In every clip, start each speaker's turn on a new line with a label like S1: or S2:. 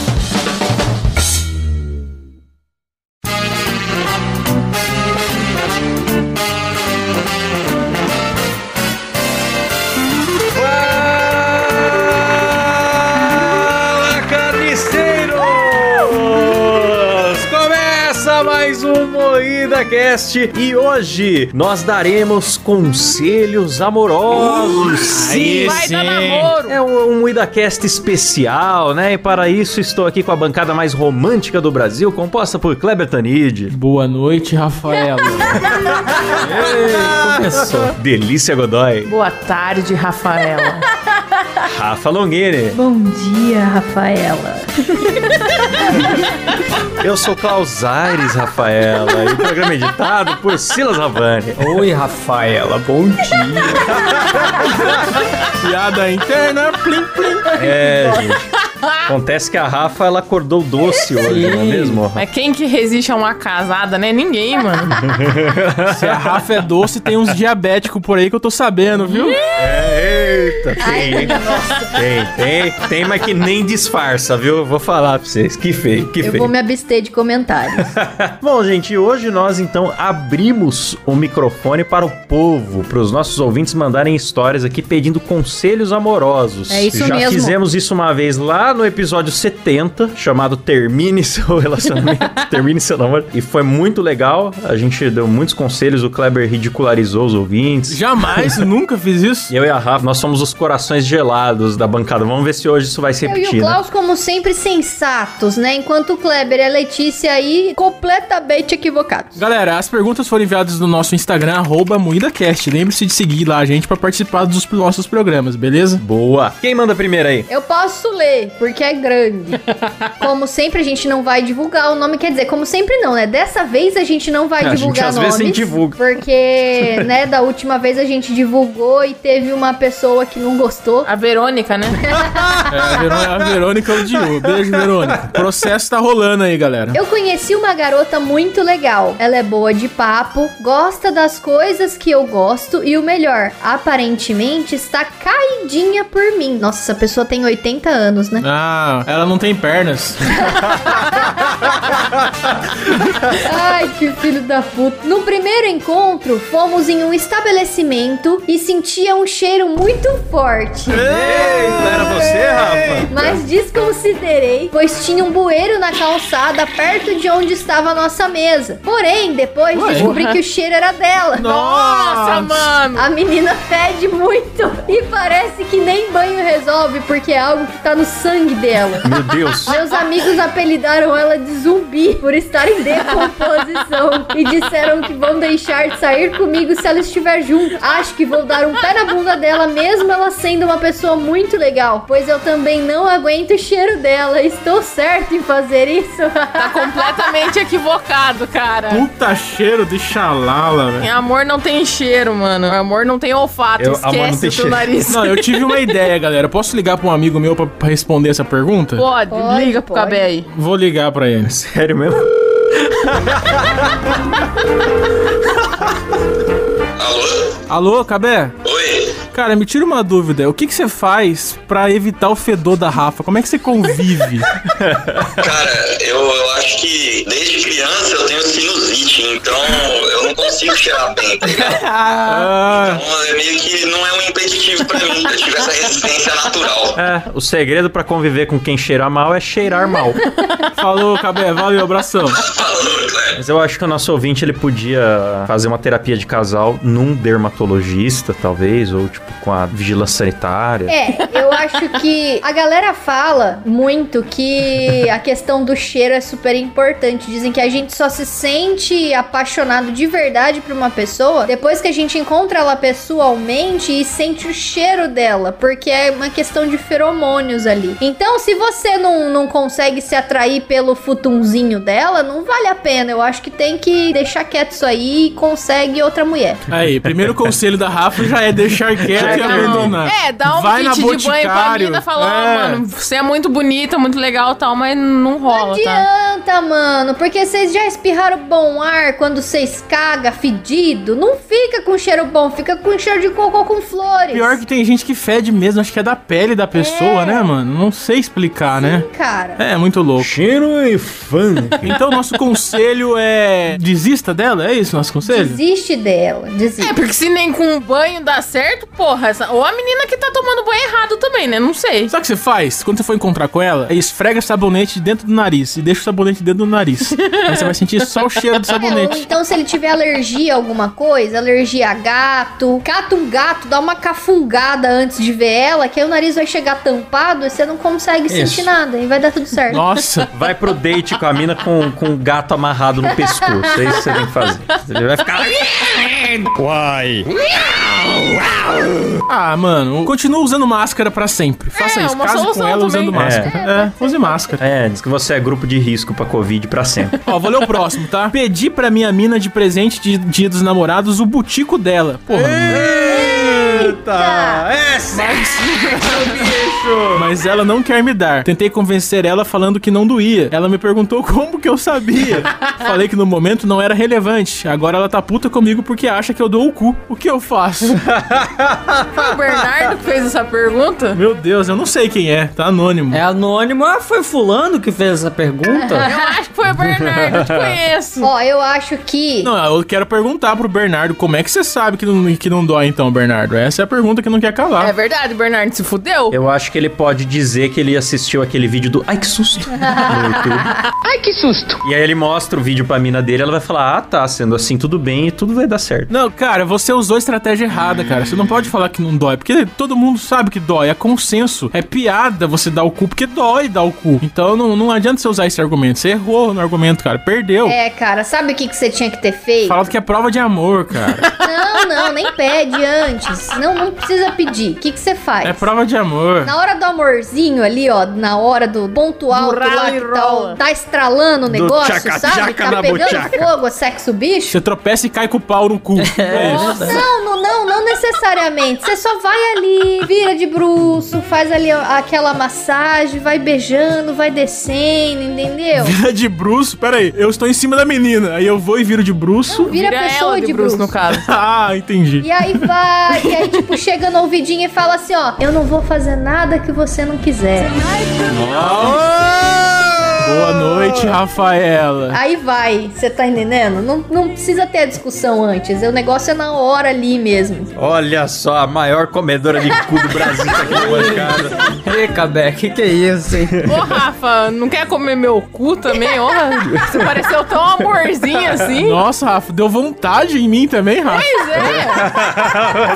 S1: Fala, carniceiros! Começa mais um Moída Cast e hoje nós daremos conselhos amorosos. Sim,
S2: Vai dar
S3: Sim.
S2: namoro.
S1: é um, um MuidaCast especial, né? E para isso estou aqui com a bancada mais romântica do Brasil, composta por Kleber Tanid.
S4: Boa noite, Rafaela.
S3: é
S1: Começou. Delícia Godoy.
S2: Boa tarde, Rafaela.
S1: Rafa Longini.
S5: Bom dia, Rafaela.
S1: Eu sou Klaus Aires, Rafaela. E o programa é editado por Silas Havani.
S4: Oi, Rafaela. Bom dia.
S3: Piada interna, plim, plim.
S1: É, gente. Acontece que a Rafa, ela acordou doce hoje, não é mesmo? Rafa?
S2: Mas quem que resiste a uma casada, né? Ninguém, mano.
S4: Se a Rafa é doce, tem uns diabéticos por aí que eu tô sabendo, viu?
S1: É, eita, tem, hein? tem, tem, tem, mas que nem disfarça, viu? Eu Vou falar pra vocês, que feio, que
S5: Eu
S1: feio.
S5: vou me abster de comentários.
S1: Bom, gente, hoje nós então abrimos o microfone para o povo, para os nossos ouvintes mandarem histórias aqui pedindo conselhos amorosos.
S5: É isso
S1: Já
S5: mesmo.
S1: fizemos isso uma vez lá no episódio 70, chamado Termine seu relacionamento, termine seu namoro, e foi muito legal. A gente deu muitos conselhos, o Kleber ridicularizou os ouvintes.
S4: Jamais, nunca fiz isso.
S1: E Eu e a Rafa, nós somos os corações gelados da bancada. Vamos ver se hoje isso vai se
S5: Eu e o
S1: repetir, né?
S5: Klaus, como sempre, sensatos, né? Enquanto o Kleber e a Letícia aí completamente equivocados.
S4: Galera, as perguntas foram enviadas no nosso Instagram, arroba MoídaCast. Lembre-se de seguir lá a gente pra participar dos nossos programas, beleza?
S1: Boa. Quem manda primeiro aí?
S5: Eu posso ler, porque é grande. Como sempre, a gente não vai divulgar o nome. Quer dizer, como sempre não, né? Dessa vez a gente não vai
S1: É, A gente,
S5: divulgar
S1: às
S5: nomes.
S1: vezes, nem divulga.
S5: Porque, né, da última vez a gente divulgou e teve uma pessoa que não gostou.
S1: Ah.
S2: A Verônica, né?
S4: É, a Verô- a Verônica odiou. Beijo, Verônica. O processo tá rolando aí, galera.
S5: Eu conheci uma garota muito legal. Ela é boa de papo, gosta das coisas que eu gosto e o melhor, aparentemente está caidinha por mim. Nossa, essa pessoa tem 80 anos, né?
S4: Ah, ela não tem pernas.
S5: Ai, que filho da puta. No primeiro encontro, fomos em um estabelecimento e sentia um cheiro muito forte.
S1: Eita, era você, Rafa?
S5: Mas desconsiderei, pois tinha um bueiro na calçada perto de onde estava a nossa mesa. Porém, depois
S4: Ué.
S5: descobri que o cheiro era dela.
S2: Nossa, mano.
S5: A menina fede muito e parece que nem banho resolve, porque é algo que tá no sangue dela.
S1: Meu Deus.
S5: Meus amigos apelidaram ela de zumbi por estar em decomposição e disseram que vão deixar de sair comigo se ela estiver junto. Acho que vou dar um pé na bunda dela, mesmo ela sendo uma pessoa muito legal, pois eu também não aguento o cheiro dela. Estou certo em fazer isso.
S2: Tá completamente equivocado, cara.
S4: Puta cheiro de xalala, velho.
S2: Amor não tem cheiro, mano. Amor não tem olfato.
S1: Eu- amor não
S2: Esquece
S1: tem
S2: o teu
S1: cheiro.
S2: nariz.
S4: Não, eu tive uma ideia, galera. Posso ligar pra um amigo meu pra, pra responder essa pergunta?
S2: Pode,
S5: Pode,
S2: liga pro
S5: pode.
S2: Cabé aí.
S4: Vou ligar pra eles.
S1: Sério mesmo?
S4: Alô, Cabé?
S6: Oi,
S4: Cara, me tira uma dúvida. O que que você faz pra evitar o fedor da Rafa? Como é que você convive?
S6: cara, eu, eu acho que desde criança eu tenho sinusite, bonitinho, então eu não consigo cheirar bem, tá ligado?
S4: Ah,
S6: Então, é meio que não é um impeditivo pra mim, eu tive essa resistência natural.
S7: É, o segredo pra conviver com quem cheira mal é cheirar mal.
S4: falou, Cabé, valeu, abração.
S6: Tá Falando, Cleber.
S7: Mas eu acho que o nosso ouvinte ele podia fazer uma terapia de casal num dermatologista, talvez, ou tipo com a vigilância sanitária.
S5: É, eu acho que a galera fala muito que a questão do cheiro é super importante. Dizem que a gente só se sente apaixonado de verdade por uma pessoa depois que a gente encontra ela pessoalmente e sente o cheiro dela, porque é uma questão de feromônios ali. Então, se você não, não consegue se atrair pelo futunzinho dela, não vale a pena. Eu acho que tem que deixar quieto isso aí e consegue outra mulher.
S4: Aí, primeiro conselho da Rafa já é deixar quieto e
S7: Não.
S4: abandonar.
S2: É, dá um
S4: Vai na
S2: kit de banho pra
S4: Boticário.
S2: mina falar, ó,
S4: É.
S2: mano, você é muito bonita, muito legal e tal, mas não rola, tá?
S5: adianta, mano, porque vocês já espirraram bom ar quando vocês caga fedido. Não fica com cheiro bom, fica com cheiro de cocô com flores.
S4: Pior que tem gente que fede mesmo, acho que é da pele da
S2: É.
S4: pessoa, né, mano? Não sei explicar, né?
S5: cara.
S4: É, muito louco.
S1: Cheiro
S7: é
S1: e funk.
S4: Então, nosso conselho é. Desista dela? É isso nosso conselho?
S5: Desiste dela,
S2: É,
S5: desiste.
S2: porque se nem com o banho dá certo, porra, essa... ou a menina que tá tomando banho errado também, né? Não sei.
S4: Sabe o que você faz? Quando você for encontrar com ela, esfrega sabonete dentro do nariz e deixa o sabonete dentro do nariz. Aí você vai sentir só o cheiro do
S5: ou
S4: sabonete.
S5: então, se ele tiver alergia a alguma coisa, alergia a gato, cata um gato, dá uma cafungada antes de ver ela, que aí o nariz vai chegar tampado e você não consegue sentir nada e vai dar tudo certo.
S4: Nossa,
S7: Então, Vai pro date com a mina com, com um gato amarrado no pescoço. É isso que você tem que fazer. Ele vai ficar.
S1: Uai.
S4: Ah, mano, continua usando máscara pra sempre. Faça
S2: É,
S4: isso,
S2: uma
S4: case com
S2: solução
S4: ela usando
S2: também.
S4: máscara. É, use máscara.
S7: É, diz que você é grupo de risco pra Covid pra sempre.
S4: Ó, vou ler o próximo, tá? Pedi pra minha mina de presente de Dia dos Namorados o butico dela. Porra, mano.
S7: Eita! Essa!
S4: mas ela não quer me dar. Tentei convencer ela falando que não doía. Ela me perguntou como que eu sabia. Falei que no momento não era relevante. Agora ela tá puta comigo porque acha que eu dou o cu. O que eu faço?
S2: Foi o Bernardo que fez essa pergunta?
S4: Meu Deus, eu não sei quem é. Tá anônimo.
S8: É anônimo. Ah, foi fulano que fez essa pergunta?
S2: Eu acho que foi o Bernardo, eu te conheço.
S5: Ó, eu acho que.
S4: Não, eu quero perguntar pro Bernardo como é que você sabe que não, que não dói então, Bernardo. Essa é a pergunta que não quer calar.
S2: É verdade, o Bernardo se fudeu?
S7: Eu acho que ele pode dizer que ele assistiu aquele vídeo do Ai que susto no YouTube.
S2: Ai, que susto.
S7: E aí ele mostra o vídeo pra mina dele, ela vai falar: Ah, tá, sendo assim tudo bem e tudo vai dar certo.
S4: Não, cara, você usou a estratégia errada, cara. Você não pode falar que não dói, porque todo mundo sabe que dói. É consenso. É piada você dar o cu, porque dói dar o cu. Então não, não adianta você usar esse argumento. Você errou no argumento, cara. Perdeu.
S5: É, cara, sabe o que, que você tinha que ter feito?
S4: Falando que é prova de amor, cara.
S5: Não, não, nem pede antes. Não, não precisa pedir. O que, que você faz?
S4: é prova de amor.
S5: Na hora do amorzinho ali, ó, na hora do ponto alto lá
S2: rally
S5: que
S2: roll.
S5: tá, tá estralando o negócio,
S1: tchaca,
S5: sabe?
S1: tchaca
S5: tá
S1: na
S5: pegando
S1: buchaca.
S5: fogo, é sexo bicho.
S4: Você tropeça e cai com o pau no cu. É
S1: tá
S4: isso.
S5: Não, não, não, não necessariamente. Você só vai ali, vira de bruxo, faz ali aquela massagem, vai beijando, vai descendo, entendeu?
S4: Vira de bruxo. Pera aí, eu estou em cima da menina. Aí eu vou e viro de bruxo.
S5: Vira, pessoa de, bruxo.
S2: no caso.
S4: ah, entendi.
S5: E aí vai, e aí tipo, chega no ouvidinho e fala assim, ó, eu não vou fazer nada que você não quiser.
S4: Boa noite, Rafaela.
S5: Aí vai, você tá entendendo? Não, não precisa ter a discussão antes, o negócio é na hora ali mesmo.
S7: Olha só, a maior comedora de cu do Brasil tá aqui na bancada.
S8: Ê, Cabé, que que é isso, hein?
S2: Ô, Rafa, não quer comer meu cu também? Ô, você pareceu tão amorzinho assim.
S4: Nossa, Rafa, deu vontade em mim também, Rafa.
S2: Pois é.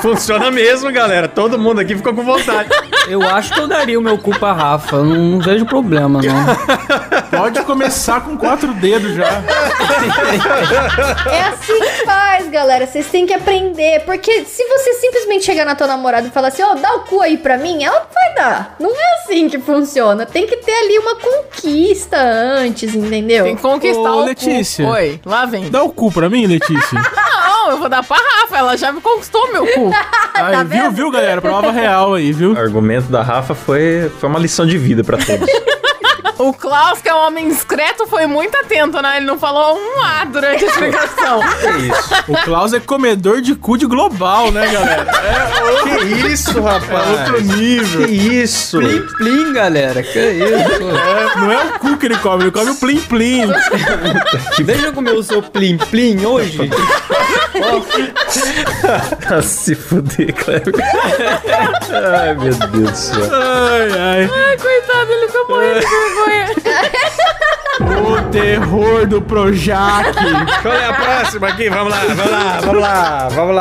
S1: Funciona mesmo, galera. Todo mundo aqui ficou com vontade.
S8: Eu acho que eu daria o meu cu pra Rafa. Não, não vejo problema, não.
S4: Pode começar com quatro dedos já.
S5: É assim que faz, galera. Vocês têm que aprender. Porque se você simplesmente chegar na tua namorada e falar assim, ó, dá o cu aí pra mim, ela não vai dar. Não é assim que funciona. Tem que ter ali uma conquista antes, entendeu?
S2: Tem que conquistar
S4: Ô,
S2: o
S4: Letícia.
S2: cu. Oi, lá vem.
S4: Dá o cu pra mim, Letícia.
S2: Não, eu vou dar pra Rafa, ela já me conquistou meu cu. Tá
S4: Aí, viu, viu, galera? Prova real aí, viu?
S7: O argumento da Rafa foi, foi uma lição de vida pra todos.
S2: O Klaus, que é um homem discreto, foi muito atento, né? Ele não falou um A durante a explicação.
S4: O Klaus é comedor de cu de global, né, galera?
S1: Que isso,
S4: É outro
S1: rapaz?
S4: nível.
S1: Que isso?
S8: Plim, plim, galera. Que isso?
S4: É, não é o cu que ele come, ele come o plim plim.
S8: Deixa eu comer É o seu plim, plim hoje.
S1: Ah, se fuder, Kleber. Ai, meu Deus do céu.
S4: Ai, ai.
S2: Ai, coitado, ele ficou morrendo de vergonha.
S4: O terror do Projac.
S1: Qual é a próxima aqui? Vamos lá, vamos lá, vamos lá, vamos lá, vamos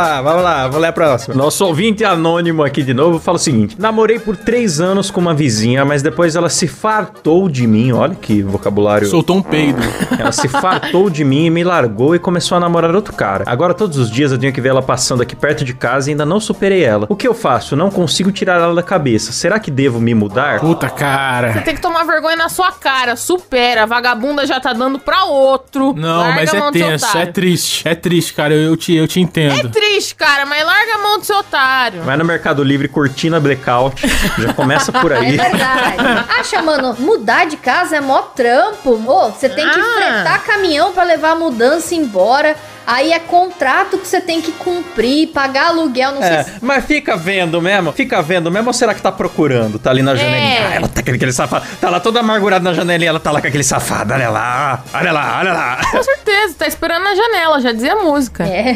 S1: lá, vamos lá, a próxima. Nosso ouvinte anônimo aqui de novo fala o seguinte: Namorei por três anos com uma vizinha, mas depois ela se fartou de mim. Olha que vocabulário.
S4: Soltou um peido.
S1: Ela se fartou de mim e me largou e começou a namorar outro cara. Agora todos os dias eu tenho que ver ela passando aqui perto de casa e ainda não superei ela. O que eu faço? Não consigo tirar ela da cabeça. Será que devo me mudar?
S4: Puta cara.
S2: Tem que tomar vergonha na sua cara. Supera. A vagabunda já tá dando pra outro.
S4: Não,
S2: Larga
S4: mas
S2: a
S4: é
S2: mão do seu
S4: tenso, é
S2: otário.
S4: triste. É triste, cara. Eu, eu te, eu te
S2: É
S4: entendo.
S2: triste, cara, mas larga a mão do seu otário.
S1: Vai no Mercado Livre, cortina blackout. Já começa por
S5: É
S1: aí.
S5: verdade. Acha, mano, mudar de casa é mó trampo. Ô, você tem que
S2: Ah.
S5: fretar caminhão pra levar a mudança embora. Aí é contrato que você tem que cumprir, pagar aluguel, não sei
S1: É,
S5: se...
S1: mas fica vendo mesmo, fica vendo mesmo, ou será que tá procurando? Tá ali na janelinha. Ah, ela tá com aquele safado. Tá lá toda amargurada na janelinha, ela tá lá com aquele safado. Olha lá, olha lá, olha lá.
S4: é.
S2: Com certeza, tá esperando na janela, já dizia a música.
S5: É,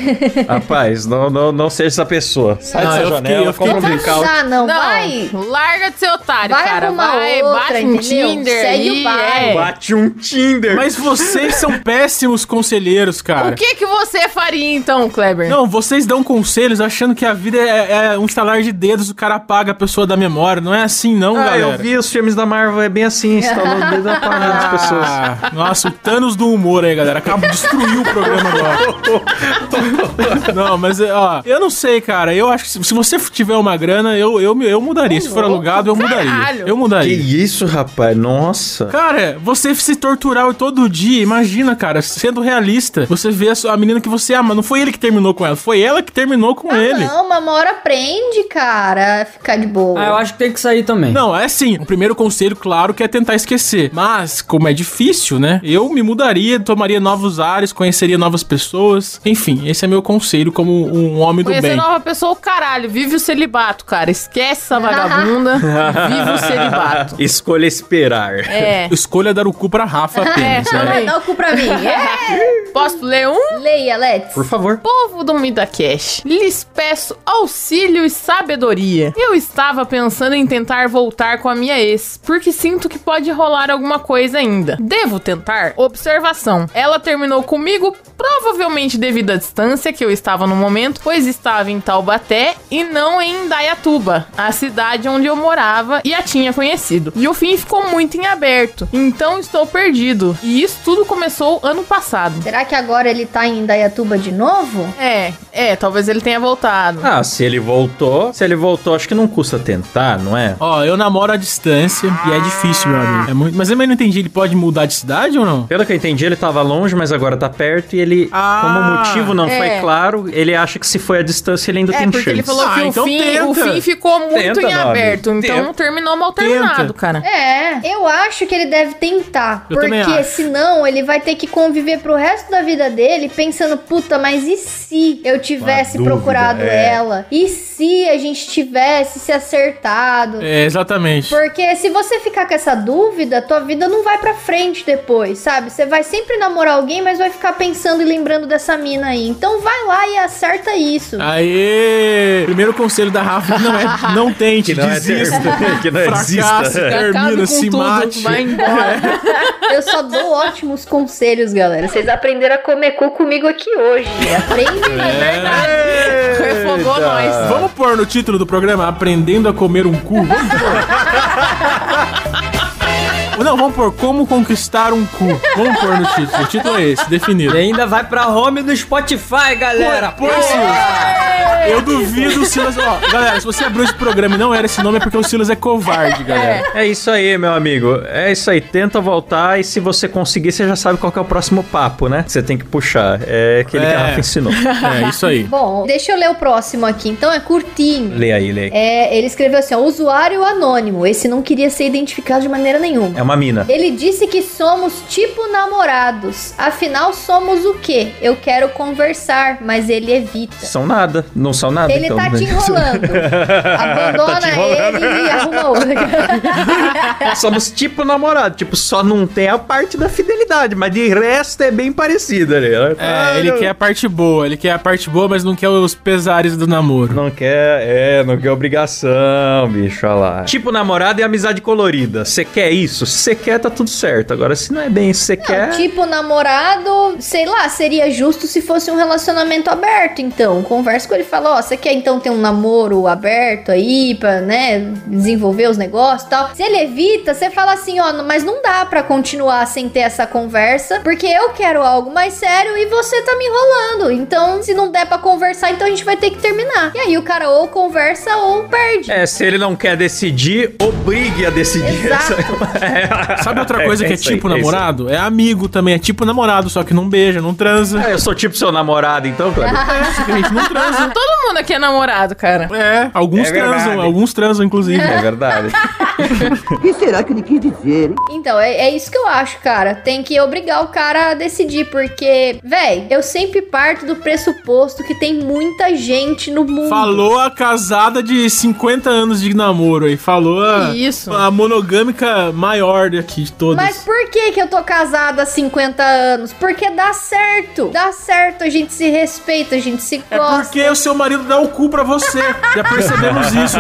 S1: Rapaz, não, não, não seja essa pessoa. Sai
S4: Não,
S1: dessa
S4: eu fiquei-
S1: janela,
S4: eu fiquei
S1: compra um
S4: com-
S1: blackout.
S5: Ah, não,
S2: Não,
S5: vai.
S2: larga de seu otário,
S5: Vai
S2: cara.
S5: arrumar
S2: Vai,
S5: outra,
S2: bate um
S5: entendeu?
S2: Tinder
S5: Segue
S2: aí,
S5: o baile.
S2: é.
S1: Bate um Tinder.
S4: Mas vocês são péssimos conselheiros, cara.
S2: O que que você faria então, Kleber?
S4: Não, vocês dão conselhos achando que a vida é, é um estalar de dedos, o cara apaga a pessoa da memória. Não é assim, não,
S1: ah,
S4: galera.
S1: eu vi os filmes da Marvel, é bem assim, instalou o dedo na parada das pessoas.
S4: Ah, nossa, o Thanos do humor aí, galera. Acabo de destruir o programa agora. não, mas ó, eu não sei, cara. Eu acho que se, se você tiver uma grana, eu, eu, me- eu mudaria. Se for alugado, eu mudaria.
S2: Caralho.
S4: Eu
S1: Que
S4: mudaria.
S1: isso, rapaz? Nossa.
S4: Cara, você se torturar todo dia, imagina, cara, sendo realista, você vê a, sua- a menina que você ama, não foi ele que terminou com ela, foi ela que terminou com ele.
S5: Não, mas uma hora prende, cara. Ficar de boa.
S8: Ah, eu acho que tem que sair também.
S4: Não, é assim. O primeiro conselho, claro, que é tentar esquecer. Mas, como é difícil, né? Eu me mudaria, tomaria novos ares, conheceria novas pessoas. Enfim, esse é meu conselho como um homem do
S2: Conhecer
S4: bem.
S2: nova pessoa, o caralho. Vive o celibato, cara. Esquece essa vagabunda. vive o celibato.
S1: Escolha esperar.
S2: É.
S4: Escolha dar o cu pra Rafa apenas,
S2: É.
S4: né?
S5: Vai, dá o cu pra mim. É.
S2: Posso ler um?
S5: Leia, Let's.
S1: Por favor.
S2: Povo do Midacash, lhes peço auxílio e sabedoria. Eu estava pensando em tentar voltar com a minha ex, porque sinto que pode rolar alguma coisa ainda. Devo tentar? Observação: ela terminou comigo, provavelmente devido à distância que eu estava no momento, pois estava em Taubaté e não em Indaiatuba, a cidade onde eu morava e a tinha conhecido. E o fim ficou muito em aberto, então estou perdido. E isso tudo começou ano passado.
S5: Será que agora ele tá em Indaiatuba de novo?
S2: É, é, talvez ele tenha voltado.
S1: Ah, se ele voltou, se ele voltou, acho que não custa tentar, não é?
S4: Ó, eu namoro à distância e é difícil, meu amigo. É muito... Mas eu também não entendi, ele pode mudar de cidade ou não?
S1: Pelo que eu entendi, ele tava longe, mas agora tá perto e ele,
S4: Ah,
S1: como o motivo não
S2: é.
S1: foi claro, ele acha que se foi a distância ele ainda
S2: É,
S1: tem
S2: porque
S1: chance.
S2: ele falou que
S4: Ah,
S2: o,
S4: então
S2: fim,
S4: tenta.
S2: o fim ficou muito
S1: Tenta,
S2: em
S1: Nobby.
S2: abertou, então
S1: Tenta.
S2: terminou mal terminado,
S4: Tenta.
S2: cara.
S5: É, eu acho que ele deve tentar.
S4: Eu também
S5: porque
S4: acho.
S5: senão ele vai ter que conviver pro resto da vida dele pensando, puta, mas e se eu tivesse
S1: Uma dúvida,
S5: procurado
S1: é.
S5: ela? E se a gente tivesse se acertado?
S4: É, exatamente.
S5: Porque se você ficar com essa dúvida, tua vida não vai pra frente depois, sabe? Você vai sempre namorar alguém, mas vai ficar pensando e lembrando dessa mina aí. Então vai lá e acerta isso.
S4: Aê! Primeiro conselho da Rafa não é não tente,
S1: que não é
S4: desista.
S1: ter- que não
S4: Fracasso,
S1: exista.
S2: Acabe
S4: termina,
S2: com
S4: se
S2: tudo,
S4: mate.
S2: vai embora.
S5: Eu só dou ótimos conselhos, galera. Vocês aprenderam a comer cu comigo aqui hoje. Aprendem, é verdade.
S2: Refogou
S1: Eita.
S2: nós.
S4: Vamos pôr no título do programa Aprendendo a Comer um Cu? Vamos pôr. Não, vamos pôr Como Conquistar um Cu. Vamos pôr no título. O título é esse, definido.
S8: E ainda vai pra home do Spotify, galera.
S4: Pôr esse- Eu duvido o Silas. Ó, galera, se você abriu esse programa e não era esse nome, é porque o Silas é covarde, galera.
S1: É isso aí, meu amigo. É isso aí. Tenta voltar e se você conseguir, você já sabe qual que é o próximo papo, né? Você tem que puxar. É aquele que
S4: É.
S1: a Rafa ensinou.
S4: É, isso aí.
S5: Bom, deixa eu ler o próximo aqui. Então é curtinho.
S1: lê aí, lê aí.
S5: É, ele escreveu assim, ó, usuário anônimo. Esse não queria ser identificado de maneira nenhuma.
S1: É uma mina.
S5: Ele disse que somos tipo namorados. Afinal, somos o quê? Eu quero conversar, mas ele evita.
S1: São nada. Não são nada,
S5: Ele
S1: então.
S5: tá te enrolando. Abandona
S1: Tá te enrolando.
S5: ele e arruma outro.
S1: Somos tipo namorado. Tipo, só não tem a parte da fidelidade, mas de resto é bem parecida ali. né? Ah,
S4: É, ele
S1: não-
S4: quer a parte boa, ele quer a parte boa, mas não quer os pesares do namoro.
S1: Não quer, é, não quer obrigação, bicho, olha lá. Tipo namorado e amizade colorida. Você quer isso? Se você quer, tá tudo certo. Agora, se não é bem isso que você quer.
S5: tipo namorado, sei lá, seria justo se fosse um relacionamento aberto, então. Conversa com ele e fala, ó, você quer então ter um namoro aberto aí pra, né, desenvolver os negócios e tal. Se ele evita, você fala assim, ó, mas não dá pra continuar sem ter essa conversa, porque eu quero algo mais sério e você tá me enrolando. Então, se não der pra conversar, então a gente vai ter que terminar. E aí o cara ou conversa ou perde.
S1: É, se ele não quer decidir, obrigue a decidir.
S5: Exato.
S4: Sabe outra coisa que é
S1: isso aí,
S4: tipo
S1: isso aí.
S4: namorado? É amigo também, é tipo namorado, só que não beija, não transa.
S1: Ah, eu sou tipo seu namorado, então, Cleber?
S4: Simplesmente não transa.
S2: Todo mundo aqui é namorado, cara.
S4: É, alguns
S1: É verdade.
S4: transam, alguns transam, inclusive.
S1: É verdade.
S5: Então, é, é isso que eu acho, cara. Tem que obrigar o cara a decidir, porque, véi, eu sempre parto do pressuposto que tem muita gente no mundo.
S4: Falou a casada de 50 anos de namoro aí. Falou a,
S2: Isso.
S4: a monogâmica maior daqui de todas.
S5: Mas por que que eu tô casada há 50 anos? Porque dá certo. Dá certo, a gente se respeita, a gente se
S4: É
S5: gosta.
S4: porque o seu marido dá o cu pra você. Já percebemos isso.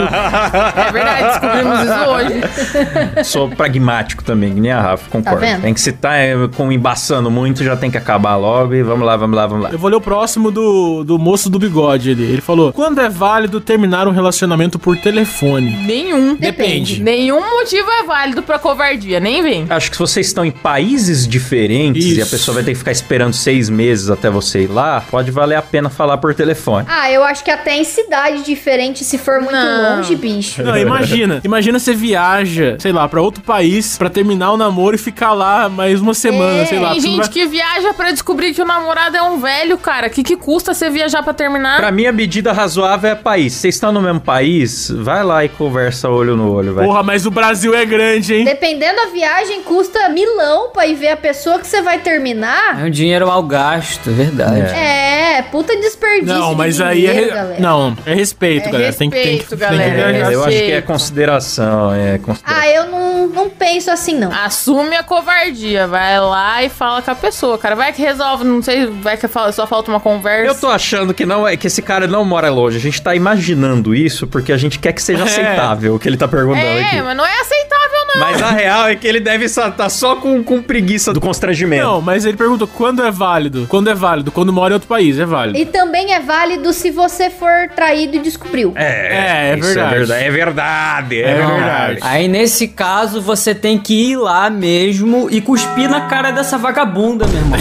S2: É verdade, descobrimos isso hoje.
S1: sou pragmático também, que nem a Rafa, concordo.
S5: vendo?
S1: Tem que se tá é, com embaçando muito, já tem que acabar logo e vamos lá, vamos lá, vamos lá.
S4: Eu vou ler o próximo do, do moço do bigode ali. Ele falou: Quando é válido terminar um relacionamento por telefone?
S2: Nenhum.
S4: Depende.
S2: Nenhum motivo é válido pra covardia, nem vem.
S1: Acho que se vocês estão em países diferentes e a
S4: Isso.
S1: pessoa vai ter que ficar esperando seis meses até você ir lá, pode valer a pena falar por telefone.
S5: Ah, eu acho que até em cidade diferente, se for muito
S2: Não.
S5: longe, bicho.
S4: Não, imagina. Imagina você viaja, sei lá, pra outro país pra terminar o namoro e ficar lá mais uma semana,
S5: É,
S4: sei lá.
S2: Tem
S4: Você não
S2: gente
S4: vai-
S2: que viaja pra descobrir que o namorado é um velho, cara. O que, que custa você viajar pra terminar?
S1: Pra mim, a medida razoável é país. Vocês estão no mesmo país? Vai lá e conversa olho no olho, vai.
S4: Porra, mas o Brasil é grande, hein?
S5: Dependendo da viagem, custa milão pra ir ver a pessoa que você vai terminar.
S8: É um dinheiro mal gasto, é verdade.
S5: É, puta desperdício.
S4: Não,
S5: de
S4: mas aí é.
S5: dinheiro,
S4: re-
S5: galera.
S4: Não, é respeito,
S2: É
S4: galera. tem que tem que-
S2: respeito,
S4: tem que
S2: galera.
S4: viajar.
S1: É, eu acho que é
S2: aceito.
S1: consideração, é
S5: Ah,
S1: consideração.
S5: eu não, não penso assim, não.
S2: Ah. Assume a covardia, vai lá e fala com a pessoa, cara. Vai que resolve, não sei, vai que fala- só falta uma conversa.
S1: Eu tô achando que não é que esse cara não mora longe. A gente tá imaginando isso porque a gente quer que seja
S4: É.
S1: aceitável o que ele tá perguntando aqui.
S2: É, mas não é aceitável, não.
S1: Mas a real é que ele deve estar só com, com preguiça do constrangimento.
S4: Não, mas ele perguntou quando é válido. Quando é válido? Quando mora em outro país, é válido.
S5: E também é válido se você for traído e descobriu.
S4: É, é
S1: isso
S4: verdade.
S1: É verdade, é verdade.
S4: É
S1: É
S4: verdade.
S1: verdade.
S8: Aí nesse caso você tem que ir lá mesmo e cuspir na cara dessa vagabunda, meu irmão.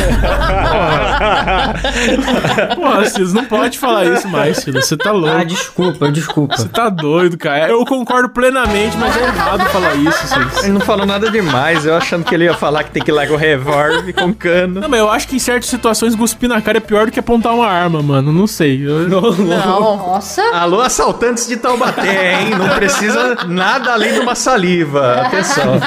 S4: Porra, Silas, não pode falar isso mais, Silas. Você tá
S8: ah,
S4: louco.
S8: desculpa, desculpa.
S4: Tá doido, cara. Eu concordo plenamente, mas é errado falar isso, Silas.
S1: Ele não falou nada demais, eu achando que ele ia falar que tem que ir lá com o revólver, com cano.
S4: Não, mas eu acho que em certas situações cuspir na cara é pior do que apontar uma arma, mano. Não sei. Eu-
S2: Não.
S5: Nossa.
S1: Alô, assaltantes de Taubaté, hein? Não precisa nada além de uma saliva. Atenção.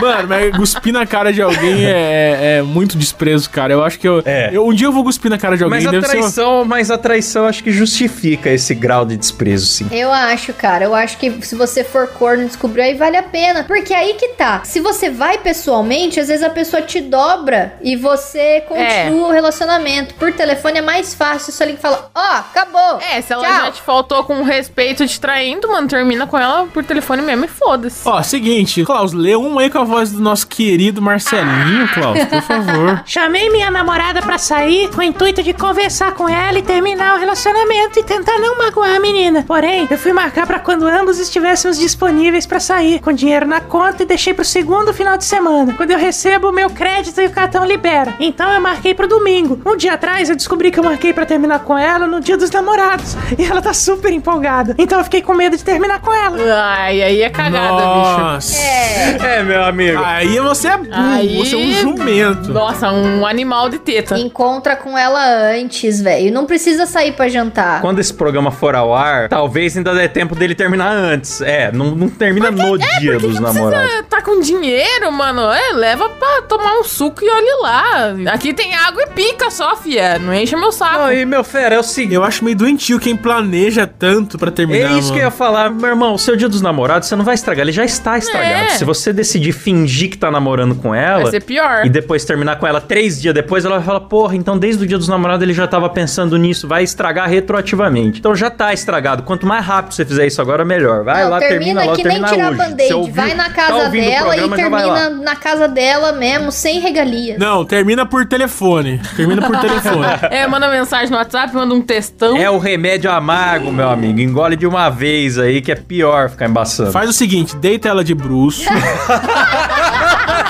S4: Mano, mas cuspir na cara de alguém é, é muito desprezo, cara. Eu acho que eu,
S1: É.
S4: eu- Um dia eu vou cuspir na cara de alguém.
S1: Mas a
S4: deve ser uma-
S1: traição, mas a traição acho que justifica esse grau de desprezo, sim.
S5: Eu acho, cara. Eu acho que se você for corno e descobrir, aí vale a pena. Porque aí que tá. Se você vai pessoalmente, às vezes a pessoa te dobra e você
S2: É.
S5: continua o relacionamento. Por telefone é mais fácil. Só liga e fala: Ó, acabou.
S2: É, se ela
S5: Tchau.
S2: já te faltou com respeito te traindo, mano, termina com ela por telefone mesmo e foda-se.
S4: Ó, seguinte, Klaus, lê um aí com a voz do nosso querido Marcelinho, Klaus, por favor.
S9: Chamei minha namorada pra sair aí com o intuito de conversar com ela e terminar o relacionamento e tentar não magoar a menina. Porém, eu fui marcar pra quando ambos estivéssemos disponíveis pra sair, com dinheiro na conta e deixei pro segundo final de semana, quando eu recebo o meu crédito e o cartão libera. Então eu marquei pro domingo. Um dia atrás eu descobri que eu marquei pra terminar com ela no dia dos namorados e ela tá super empolgada. Então eu fiquei com medo de terminar com ela.
S2: Ai, aí é cagada, bicho.
S4: Nossa.
S1: É, meu amigo.
S4: Aí você é burro,
S2: Aí-
S4: você é um jumento.
S2: Nossa, um animal de teta.
S5: Encontra com ela antes, velho. Não precisa sair pra jantar.
S1: Quando esse programa for ao ar, talvez ainda dê tempo dele terminar antes. É, não, não termina no dia dos namorados.
S2: Precisa tá com dinheiro, mano. É, leva pra tomar um suco e olhe lá. Aqui tem água e pica só, fia. Não enche meu saco.
S1: Aí, meu fera, é o seguinte.
S4: Eu acho meio doentio quem planeja tanto pra
S1: É
S4: terminar.
S1: isso que eu ia falar, meu irmão. Seu dia dos namorados, você não vai estragar, ele já está estragado.
S2: É.
S1: Se você decidir fingir que tá namorando com
S2: Vai
S1: ela
S2: ser pior.
S1: e depois terminar com ela três dias depois, ela vai falar: Porra, então desde o dia dos namorados ele já tava pensando nisso, vai estragar retroativamente. Então já tá estragado. Quanto mais rápido você fizer isso agora, melhor. Vai
S5: Não,
S1: lá, termina, logo,
S5: que nem
S1: termina
S5: tirar
S1: hoje.
S5: band-aid.
S1: Você ouviu-
S5: vai na
S1: tá
S5: casa
S1: ouvindo o
S5: dela
S1: programa,
S5: e
S1: já vai lá.
S5: termina na casa dela mesmo, sem regalias.
S4: Não, termina por telefone. Termina por telefone.
S2: É, manda mensagem no WhatsApp, manda um textão.
S1: É o remédio amargo, meu amigo. Engole de uma vez aí, que é pior ficar embaçando.
S4: Faz o seguinte, deita ela de bruxo.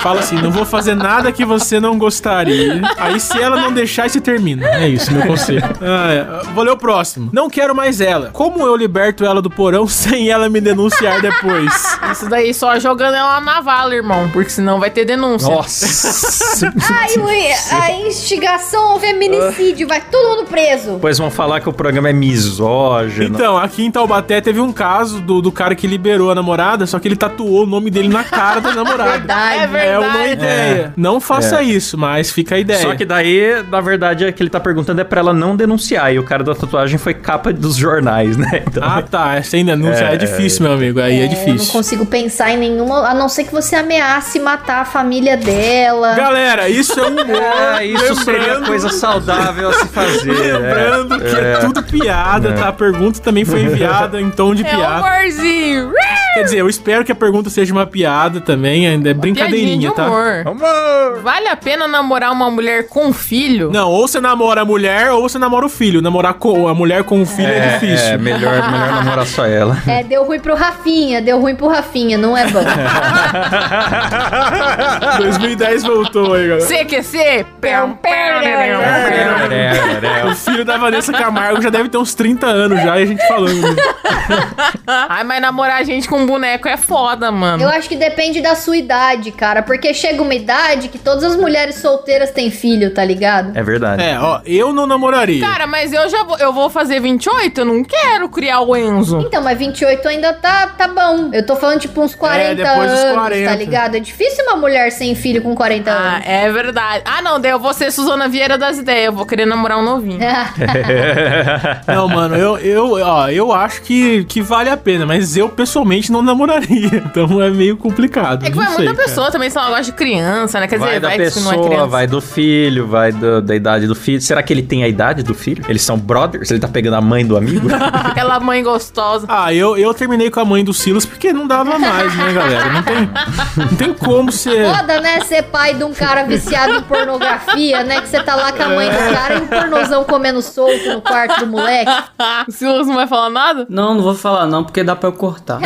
S4: Fala assim, não vou fazer nada que você não gostaria. Aí se ela não deixar, você termina. É isso, meu conselho. Ah, é. Vou ler o próximo. Não quero mais ela. Como eu liberto ela do porão sem ela me denunciar depois?
S2: Isso daí só jogando ela na vala, irmão. Porque senão vai ter denúncia.
S1: Nossa!
S5: Ai, ui, a instigação ao feminicídio, vai todo mundo preso.
S1: Depois vão falar que o programa é misógino.
S4: Então, aqui em Taubaté teve um caso do, do cara que liberou a namorada, só que ele tatuou o nome dele na cara da namorada.
S2: É
S4: É uma
S2: verdade.
S4: ideia. Não faça isso, mas fica a
S2: é.
S4: ideia.
S1: Só que daí, na verdade, é que ele tá perguntando é pra ela não denunciar. E o cara da tatuagem foi capa dos jornais, né? Então,
S4: Ah, tá. Sem denúncia é, difícil, meu amigo. Aí é,
S5: Eu não
S4: difícil.
S5: consigo pensar em nenhuma, a não ser que você ameace matar a família dela.
S4: Galera, isso é humor.
S2: Ah,
S1: é, isso seria
S4: lembrando-
S1: coisa saudável a se fazer.
S4: Lembrando
S1: é.
S4: que é, tudo piada, tá? A pergunta também foi enviada em tom de
S2: É um
S4: piada.
S2: amorzinho.
S4: Quer dizer, eu espero que a pergunta seja uma piada também, ainda é
S2: Piadinha de
S4: brincadeirinha, tá?
S2: humor.
S1: Amor!
S2: Vale a pena namorar uma mulher com filho?
S4: Não, ou você namora a mulher ou você namora o filho. Namorar com a mulher com o filho é, difícil.
S1: É, melhor, melhor namorar só ela.
S5: É, deu ruim pro Rafinha, deu ruim pro Rafinha, não é bom.
S4: 2010 voltou aí, galera.
S2: CQC? Pão, pão,
S1: É,
S2: É. pão, pão.
S4: É, O filho da Vanessa Camargo já deve ter uns 30 anos já, e a gente falando. né?
S2: Ai, mas namorar gente com boneco é foda, mano.
S5: Eu acho que depende da sua idade, cara, porque chega uma idade que todas as mulheres solteiras têm filho, tá ligado?
S1: É verdade.
S4: É, ó, eu não namoraria.
S2: Cara, mas eu já vou, eu vou fazer 28, eu não quero criar o Enzo.
S5: Então, mas 28 ainda tá, tá bom. Eu tô falando tipo uns 40
S4: É, depois dos
S5: anos,
S4: 40.
S5: tá ligado? É difícil uma mulher sem filho com 40
S2: Ah,
S5: anos.
S2: é verdade. Ah, não, daí eu vou ser Suzana Vieira das ideias, eu vou querer namorar um novinho.
S4: Não, mano, eu, eu, ó, eu acho que, que vale a pena, mas eu pessoalmente não namoraria. Então é meio complicado.
S2: É que
S4: não
S2: vai
S4: sei,
S2: muita
S4: cara.
S2: pessoa também, sei lá, gosta de criança, né? Quer
S1: vai
S2: dizer,
S1: da
S2: vai que se não é
S1: pessoa,
S2: criança.
S1: vai do filho, vai do- da idade do filho. Será que ele tem a idade do filho? Eles são brothers? Ele tá pegando a mãe do amigo?
S2: Aquela mãe gostosa.
S4: Ah, eu, eu terminei com a mãe do Silas porque não dava mais, né, galera? Não tem, não tem como
S1: é.
S4: ser.
S5: Foda, né? Ser pai de um cara viciado em pornografia, né? Que você tá lá com
S4: É.
S5: a mãe do cara e um pornozão comendo solto no quarto do moleque.
S2: o Silas não vai falar nada?
S8: Não, não vou falar não, porque dá pra eu cortar.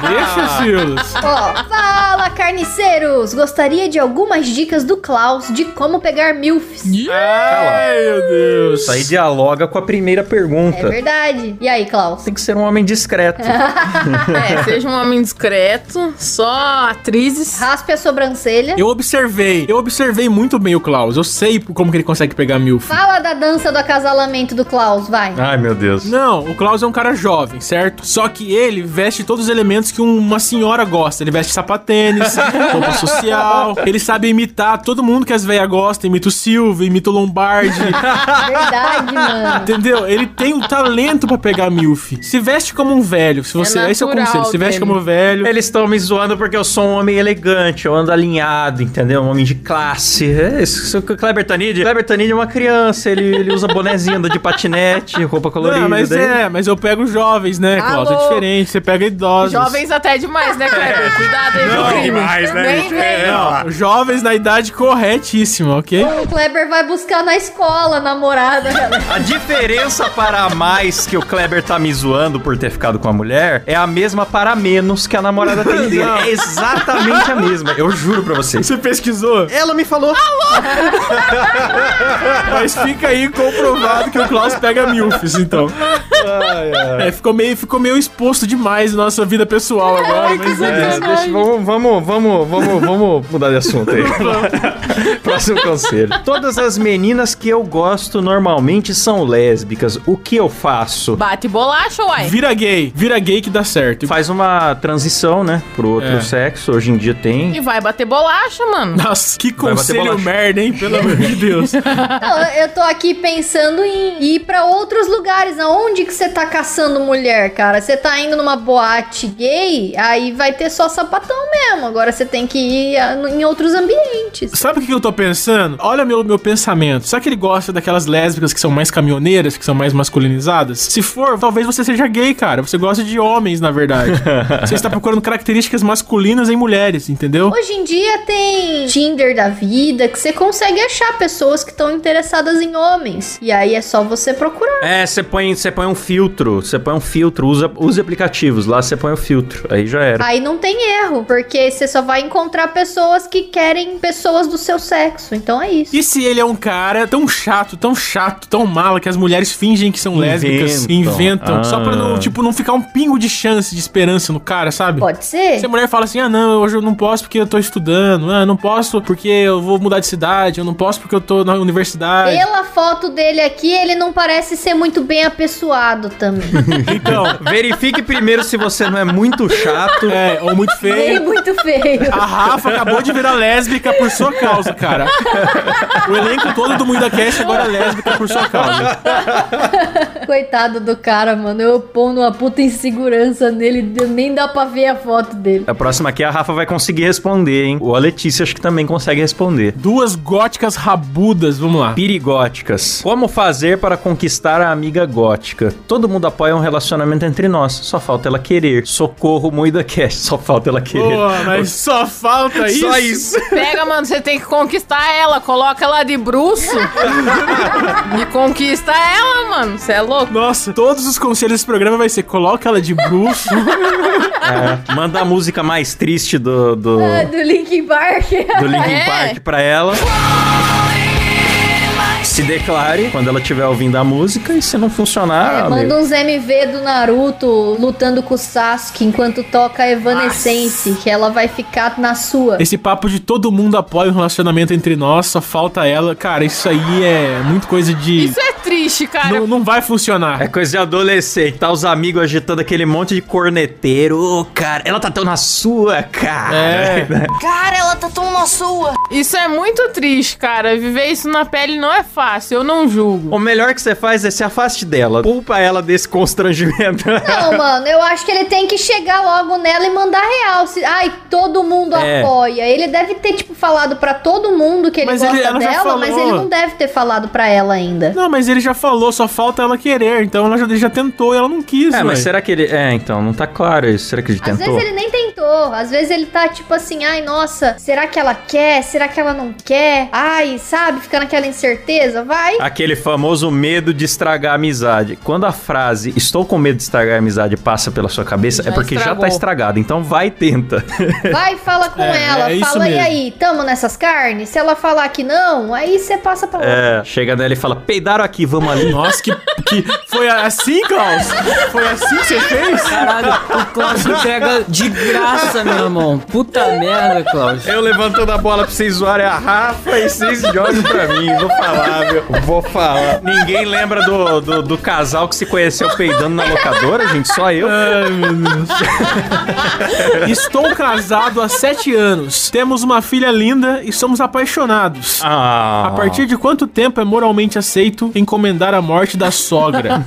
S4: Deixa, Silas.
S5: Ó, fala, carniceiros! Gostaria de algumas dicas do Klaus de como pegar milfs.
S4: Ai, meu Deus.
S1: Isso aí dialoga com a primeira
S5: É
S1: pergunta.
S5: verdade. E aí, Klaus?
S1: tem que ser um homem discreto.
S2: É, seja um homem discreto, só atrizes.
S5: Raspe a sobrancelha.
S4: Eu observei, eu observei muito bem o Klaus. Eu sei como que ele consegue pegar milf.
S5: Fala da dança do acasalamento do Klaus, vai.
S1: Ai, meu Deus.
S4: Não, o Klaus é um cara jovem, certo? Só que ele veste todos os elementos que um- uma senhora gosta. Ele veste sapatênis, roupa social. Ele sabe imitar todo mundo que as velhas gostam. Imita o Silvio, imita o Lombardi.
S5: Verdade, mano.
S4: entendeu? Ele tem o talento pra pegar milf. Se veste como um velho. Se você, esse é o
S2: natural
S4: conselho. Se veste
S2: dele.
S4: como velho.
S1: Eles estão me zoando porque eu sou um homem elegante, eu ando alinhado, entendeu? Um homem de classe. É isso. que O Kleber Tanid, Kleber Tanid é uma criança, ele ele, ele usa bonezinho, anda de patinete, roupa colorida.
S4: Não, mas
S1: daí-
S4: é, mas eu pego jovens, né,
S2: Alô?
S4: Klaus? É diferente, você pega idosos.
S2: Jovens até demais, né, Kleber? Cuidado aí com o crime.
S10: demais, né,
S2: Nem
S10: bicho?
S2: vem.
S10: É, ó.
S4: Ah. Jovens na idade corretíssima, ok?
S5: O Kleber vai buscar na escola, a namorada. galera.
S1: A diferença para mais que o Kleber tá me zoando por ter ficado com a mulher é a mesma para menos que a namorada tem dele. É exatamente a mesma, eu juro pra vocês.
S4: Você pesquisou?
S1: Ela me falou.
S4: Mas fica aí comprovado que o Klaus pega milfs, então. É, ficou meio, ficou meio exposto demais na nossa vida pessoal agora, mas é.
S1: É, deixa- vamos, vamos, vamos, vamos, vamos mudar de assunto aí. Próximo conselho. Todas as meninas que eu gosto normalmente são lésbicas. O que eu faço?
S2: Bate bolacha, uai.
S4: Vira gay, vira gay que dá certo.
S1: Faz uma transição, né? Pro outro
S4: Tipo- É.
S1: sexo. Hoje em dia tem.
S2: E vai bater bolacha, mano.
S4: Nossa, que
S1: Vai bater
S4: conselho
S1: bolacha.
S4: merda, hein? Pelo amor de Deus.
S5: Não, Então, eu tô aqui pensando em ir pra outros lugares. Aonde que você tá caçando mulher, cara? Você tá indo numa boate gay, aí vai ter só sapatão mesmo. Agora você tem que ir ah, no- em outros ambientes.
S4: Sabe o que eu tô pensando? Olha meu, meu pensamento. Será que ele gosta daquelas lésbicas que são mais caminhoneiras, que são mais masculinizadas? Se for, talvez você seja gay, cara. Você gosta de homens, na verdade. você está procurando características masculinas em mulheres, entendeu?
S5: Hoje em dia tem Tinder da vida que você consegue achar pessoas que estão interessadas em homens. E aí é só você procurar.
S1: É, você põe, você põe um filtro. Você põe um filtro. Usa, use aplicativos. Lá você põe o filtro. Aí já era.
S5: Aí não tem erro, porque você só vai encontrar pessoas que querem pessoas do seu sexo. Então é isso.
S4: E se ele é um cara tão chato, tão chato, tão mala que as mulheres fingem que são lésbicas,
S1: Inventam.
S4: inventam, só pra não,
S1: Ah.
S4: tipo, não ficar um pingo de chance, de esperança no cara, sabe?
S5: Pode ser?
S4: Se a mulher fala assim, ah, não, hoje eu não posso porque eu tô estudando, ah, não posso porque eu vou mudar de cidade, eu não posso porque eu tô na universidade.
S5: Pela foto dele aqui, ele não parece ser muito bem apessoado também.
S4: Então,
S1: Verifique primeiro se você não é muito chato.
S4: é, ou muito
S5: Ele é
S4: feio.
S5: muito feio.
S4: A Rafa acabou de virar lésbica por sua causa, cara. O elenco todo do Mundo Cast agora é lésbica por sua causa.
S5: Coitado do cara, mano. Eu pondo uma puta insegurança nele, nem dá pra ver a foto dele.
S1: A próxima aqui a Rafa vai conseguir responder, hein? Ou a Letícia acho que também consegue responder.
S4: Duas góticas rabudas, vamos lá.
S1: Pirigóticas. Como fazer para conquistar a amiga gótica? Todo mundo apoia um relacionamento entre nós, só falta ela querer. Socorro, Moída Cash, só falta ela querer.
S4: Boa, mas só falta isso.
S1: Só isso.
S2: Pega, mano, você tem que conquistar ela. Coloca ela de bruxo. e conquista ela, mano. Você é louco?
S4: Nossa, todos os conselhos desse programa vai ser coloca ela de bruxo.
S1: É, manda a música mais triste do, do,
S5: Ah, do Linkin Park.
S1: do Linkin
S2: É.
S1: Park pra ela. Se declare quando ela estiver ouvindo a música e se não funcionar,
S5: É, Manda um-
S1: amigo,
S5: uns MV do Naruto lutando com o Sasuke enquanto toca Evanescence, que ela vai ficar na sua.
S4: Esse papo de todo mundo apoia um relacionamento entre nós, só falta ela. Cara, isso aí é muito coisa de.
S2: Isso é triste, cara.
S4: Não, não vai
S1: É
S4: funcionar.
S1: coisa de adolescente, tá os amigos agitando aquele monte de corneteiro. Ô, cara, ela tá tão na sua, cara. Né?
S4: É.
S11: Cara, ela tá tão na sua.
S2: Isso é muito triste, cara. Viver isso na pele não é fácil. Eu não julgo.
S1: O melhor que você faz é se afaste dela. Poupa ela desse constrangimento.
S5: Não, mano, eu acho que ele tem que chegar logo nela e mandar real. Se- Ai, todo mundo
S1: É.
S5: apoia. Ele deve ter, tipo, falado pra todo mundo que ele
S4: Mas
S5: gosta
S4: ele- ela já
S5: dela, mas
S4: falou.
S5: ele não deve ter falado pra ela ainda.
S4: Não, mas ele já falou, só falta ela querer. Então ela já, ele já tentou e ela não quis,
S1: É, mas
S4: ué.
S1: será que ele. É, então, não tá claro isso. Será que ele
S5: Às
S1: tentou?
S5: vezes ele nem tentou, às vezes ele tá tipo assim, ai nossa, será que ela quer? Será que ela não quer? Ai, sabe, fica naquela incerteza, vai.
S1: Aquele famoso medo de estragar a amizade. Quando a frase estou com medo de estragar a amizade passa pela sua cabeça,
S2: Já
S1: é porque já
S2: estragou.
S1: tá estragado. Então vai e tenta.
S5: Vai, fala com
S4: É,
S5: ela.
S4: é isso
S5: fala, e
S4: mesmo.
S5: aí, tamo nessas carnes? Se ela falar que não, aí você passa pra outra.
S1: É, chega nela e fala: peidaram aqui, vamos ali.
S4: Nossa, que, que. Foi assim, Klaus? Foi assim que você fez?
S8: Caralho, o Klaus entrega de graça, meu irmão. Puta merda, Klaus.
S1: Eu levantando a bola pra vocês zoarem a Rafa e vocês jogam pra mim. Vou falar, meu. Vou falar. Ninguém lembra do, do, do casal que se conheceu peidando na locadora, gente? Só eu.
S4: Ai, meu Deus. Estou casado há sete anos. Temos uma filha linda e somos apaixonados.
S1: Ah.
S4: A partir de quanto tempo é moralmente aceito encomendar a morte da sogra.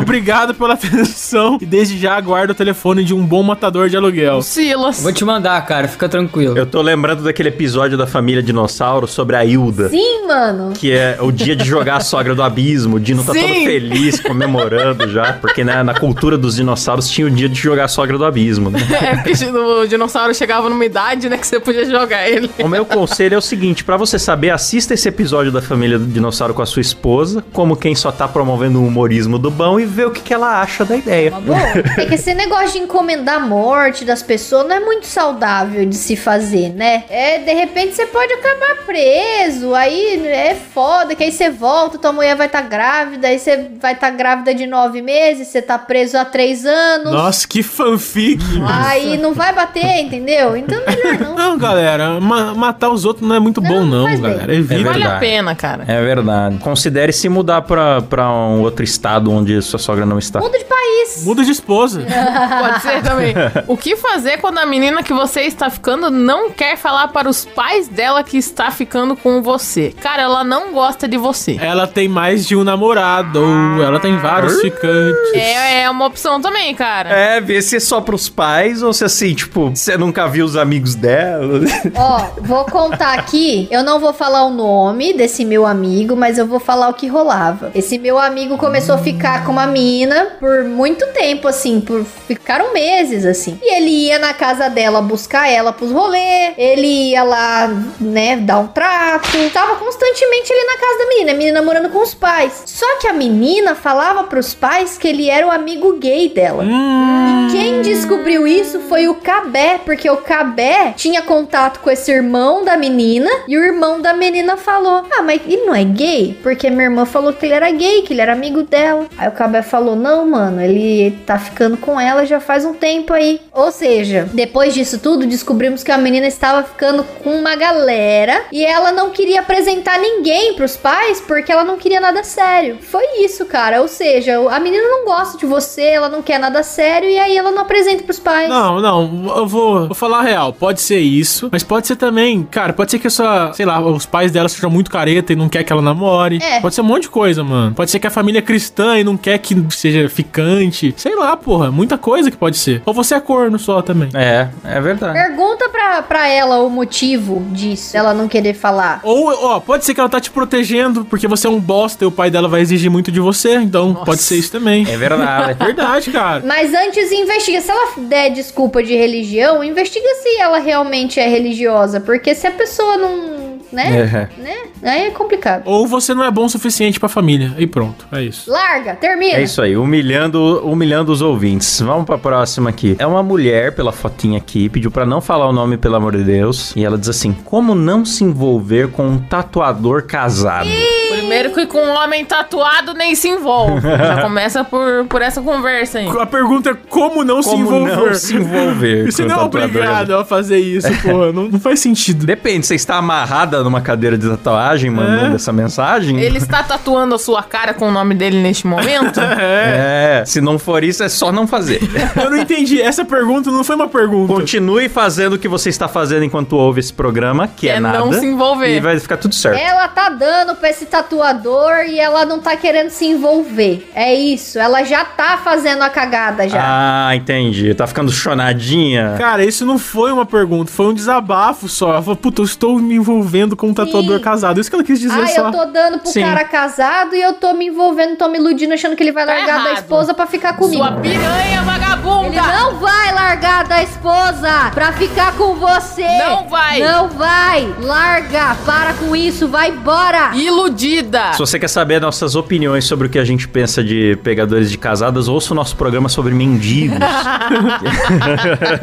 S4: Obrigado pela atenção e desde já aguardo o telefone de um bom matador de aluguel.
S2: Silas.
S8: Vou te mandar, cara, fica tranquilo.
S1: Eu tô lembrando daquele episódio da família dinossauro sobre a Hilda.
S5: Sim, mano.
S1: Que é o dia de jogar a sogra do abismo. O Dino tá
S2: Sim.
S1: todo feliz, comemorando já. Porque né, na, na cultura dos dinossauros tinha o dia de jogar a sogra do abismo, né?
S2: É, porque o dinossauro chegava numa idade, né, que você podia jogar ele.
S1: O meu conselho é o seguinte, pra você saber, assista esse episódio da família do dinossauro com a sua esposa, como quem só tá promovendo o humorismo do bom e vê o que, que ela acha da ideia.
S5: Bom, é que esse negócio de encomendar a morte das pessoas não é muito saudável de se fazer, né? É, de repente você pode acabar preso, aí é foda, que aí você volta, tua mulher vai estar grávida, aí você vai estar grávida de nove meses, você tá preso há três anos.
S4: Nossa, que fanfic.
S5: Aí não vai bater, entendeu? Então melhor não.
S4: Não, galera, ma- matar os outros não é muito bom, não,
S5: faz bem.
S4: galera. É Evita.
S2: Vale a
S1: É verdade.
S2: pena, cara.
S1: É verdade. Considere se mudar pra, pra um outro estado onde sua sogra não está.
S5: Muda de país.
S4: Muda de esposa.
S5: É.
S2: Pode ser também. O que fazer quando a menina que você está ficando não quer falar para os pais dela que está ficando com você? Cara, ela não gosta de você.
S4: Ela tem mais de um namorado, ou ela tem vários ficantes.
S2: É, é uma opção também, cara.
S1: É, ver se é só pros pais ou se assim, tipo, você nunca viu os amigos dela.
S5: Ó, vou contar aqui. Eu não vou falar o nome desse meu amigo, mas eu vou falar o que rolava. Esse meu amigo começou a ficar com uma mina por muito tempo, assim, por ficaram meses, assim. E ele ia na casa dela buscar ela pros rolê, ele ia lá, né, dar um trato. Tava constantemente ali na casa da menina, a menina morando com os pais. Só que a menina falava pros pais que ele era o amigo gay dela. E quem descobriu isso foi o Cabé, porque o Cabé tinha contato com esse irmão da menina e o irmão da menina falou: Ah, mas ele não é gay? Porque minha irmã falou que ele era gay, que ele era amigo dela. Aí o Cabé falou: Não, mano, ele tá ficando com ela já faz um tempo aí. Ou seja, depois disso tudo, descobrimos que a menina estava ficando com uma galera e ela não queria apresentar ninguém pros pais porque ela não queria nada sério. Foi isso, cara. Ou seja, a menina não gosta de você, ela não quer nada sério e aí ela não apresenta pros pais.
S4: Não, não, eu vou, vou falar a real. Pode ser isso, mas pode ser também, cara, pode ser que essa, sei lá, os pais dela sejam muito careta e não quer que ela namore.
S5: É.
S4: Pode ser um monte de coisa, mano. Pode ser que a família é cristã e não quer que seja ficante. Sei lá, porra, muita coisa que pode ser. Ou você é corno só também.
S1: É, é verdade.
S5: Pergunta pra, pra ela o motivo disso, ela não querer falar.
S4: Ou, ó, pode ser que ela tá te protegendo porque você é um bosta e o pai dela vai exigir muito de você, então pode ser isso também.
S1: É verdade.
S4: Verdade, cara.
S5: Mas antes investiga, se ela der desculpa de religião, investiga se ela realmente é religiosa, porque se a pessoa não, né?
S1: É.
S5: Né? Aí é complicado.
S4: Ou você não é bom o suficiente pra família. E pronto, é isso.
S5: Larga, termina.
S1: É isso aí, humilhando, humilhando os ouvintes. Vamos pra próxima aqui. É uma mulher, pela fotinha aqui, pediu pra não falar o nome, pelo amor de Deus. E ela diz assim: Como não se envolver com um tatuador casado?
S2: Primeiro que com um homem tatuado nem se envolve. Já começa por, por essa conversa aí.
S4: A pergunta é como não se
S1: Como
S4: envolver.
S1: não se envolver
S4: Você
S1: com
S4: não é
S1: um tatuador
S4: obrigado
S1: casado?
S4: a fazer isso, porra. Não, não faz sentido.
S1: Depende, você está amarrada numa cadeira de tatuagem, mandando essa mensagem?
S2: Ele está tatuando a sua cara com o nome dele neste momento?
S1: É, se não for isso, é só não fazer.
S4: Eu não entendi. Essa pergunta não foi uma pergunta.
S1: Continue fazendo o que você está fazendo enquanto ouve esse programa, que é,
S2: É
S1: nada.
S2: não se envolver.
S1: E vai ficar tudo certo.
S5: Ela tá dando pra esse tatuador e ela não tá querendo se envolver. É isso, ela já tá fazendo a cagada já.
S1: Ah, entendi. Tá ficando chonadinha.
S4: Cara, isso não foi uma pergunta, foi um desabafo só. Ela falou, puta, eu estou me envolvendo com um tatuador casado. Isso que ela quis dizer
S5: Ah,
S4: só.
S5: eu tô dando pro
S4: Sim.
S5: cara casado e eu tô me envolvendo, tô me iludindo achando que ele vai
S2: Tá
S5: largar da
S2: errado.
S5: esposa pra ficar comigo.
S2: Sua piranha
S5: Ele
S2: vagabunda!
S5: não vai largar da esposa pra ficar com você.
S2: Não vai.
S5: Não vai. Larga. Para com isso. Vai embora.
S2: Iludida!
S1: Se você quer saber nossas opiniões sobre o que a gente pensa de pegadores de casadas, ouça o nosso programa sobre mendigos.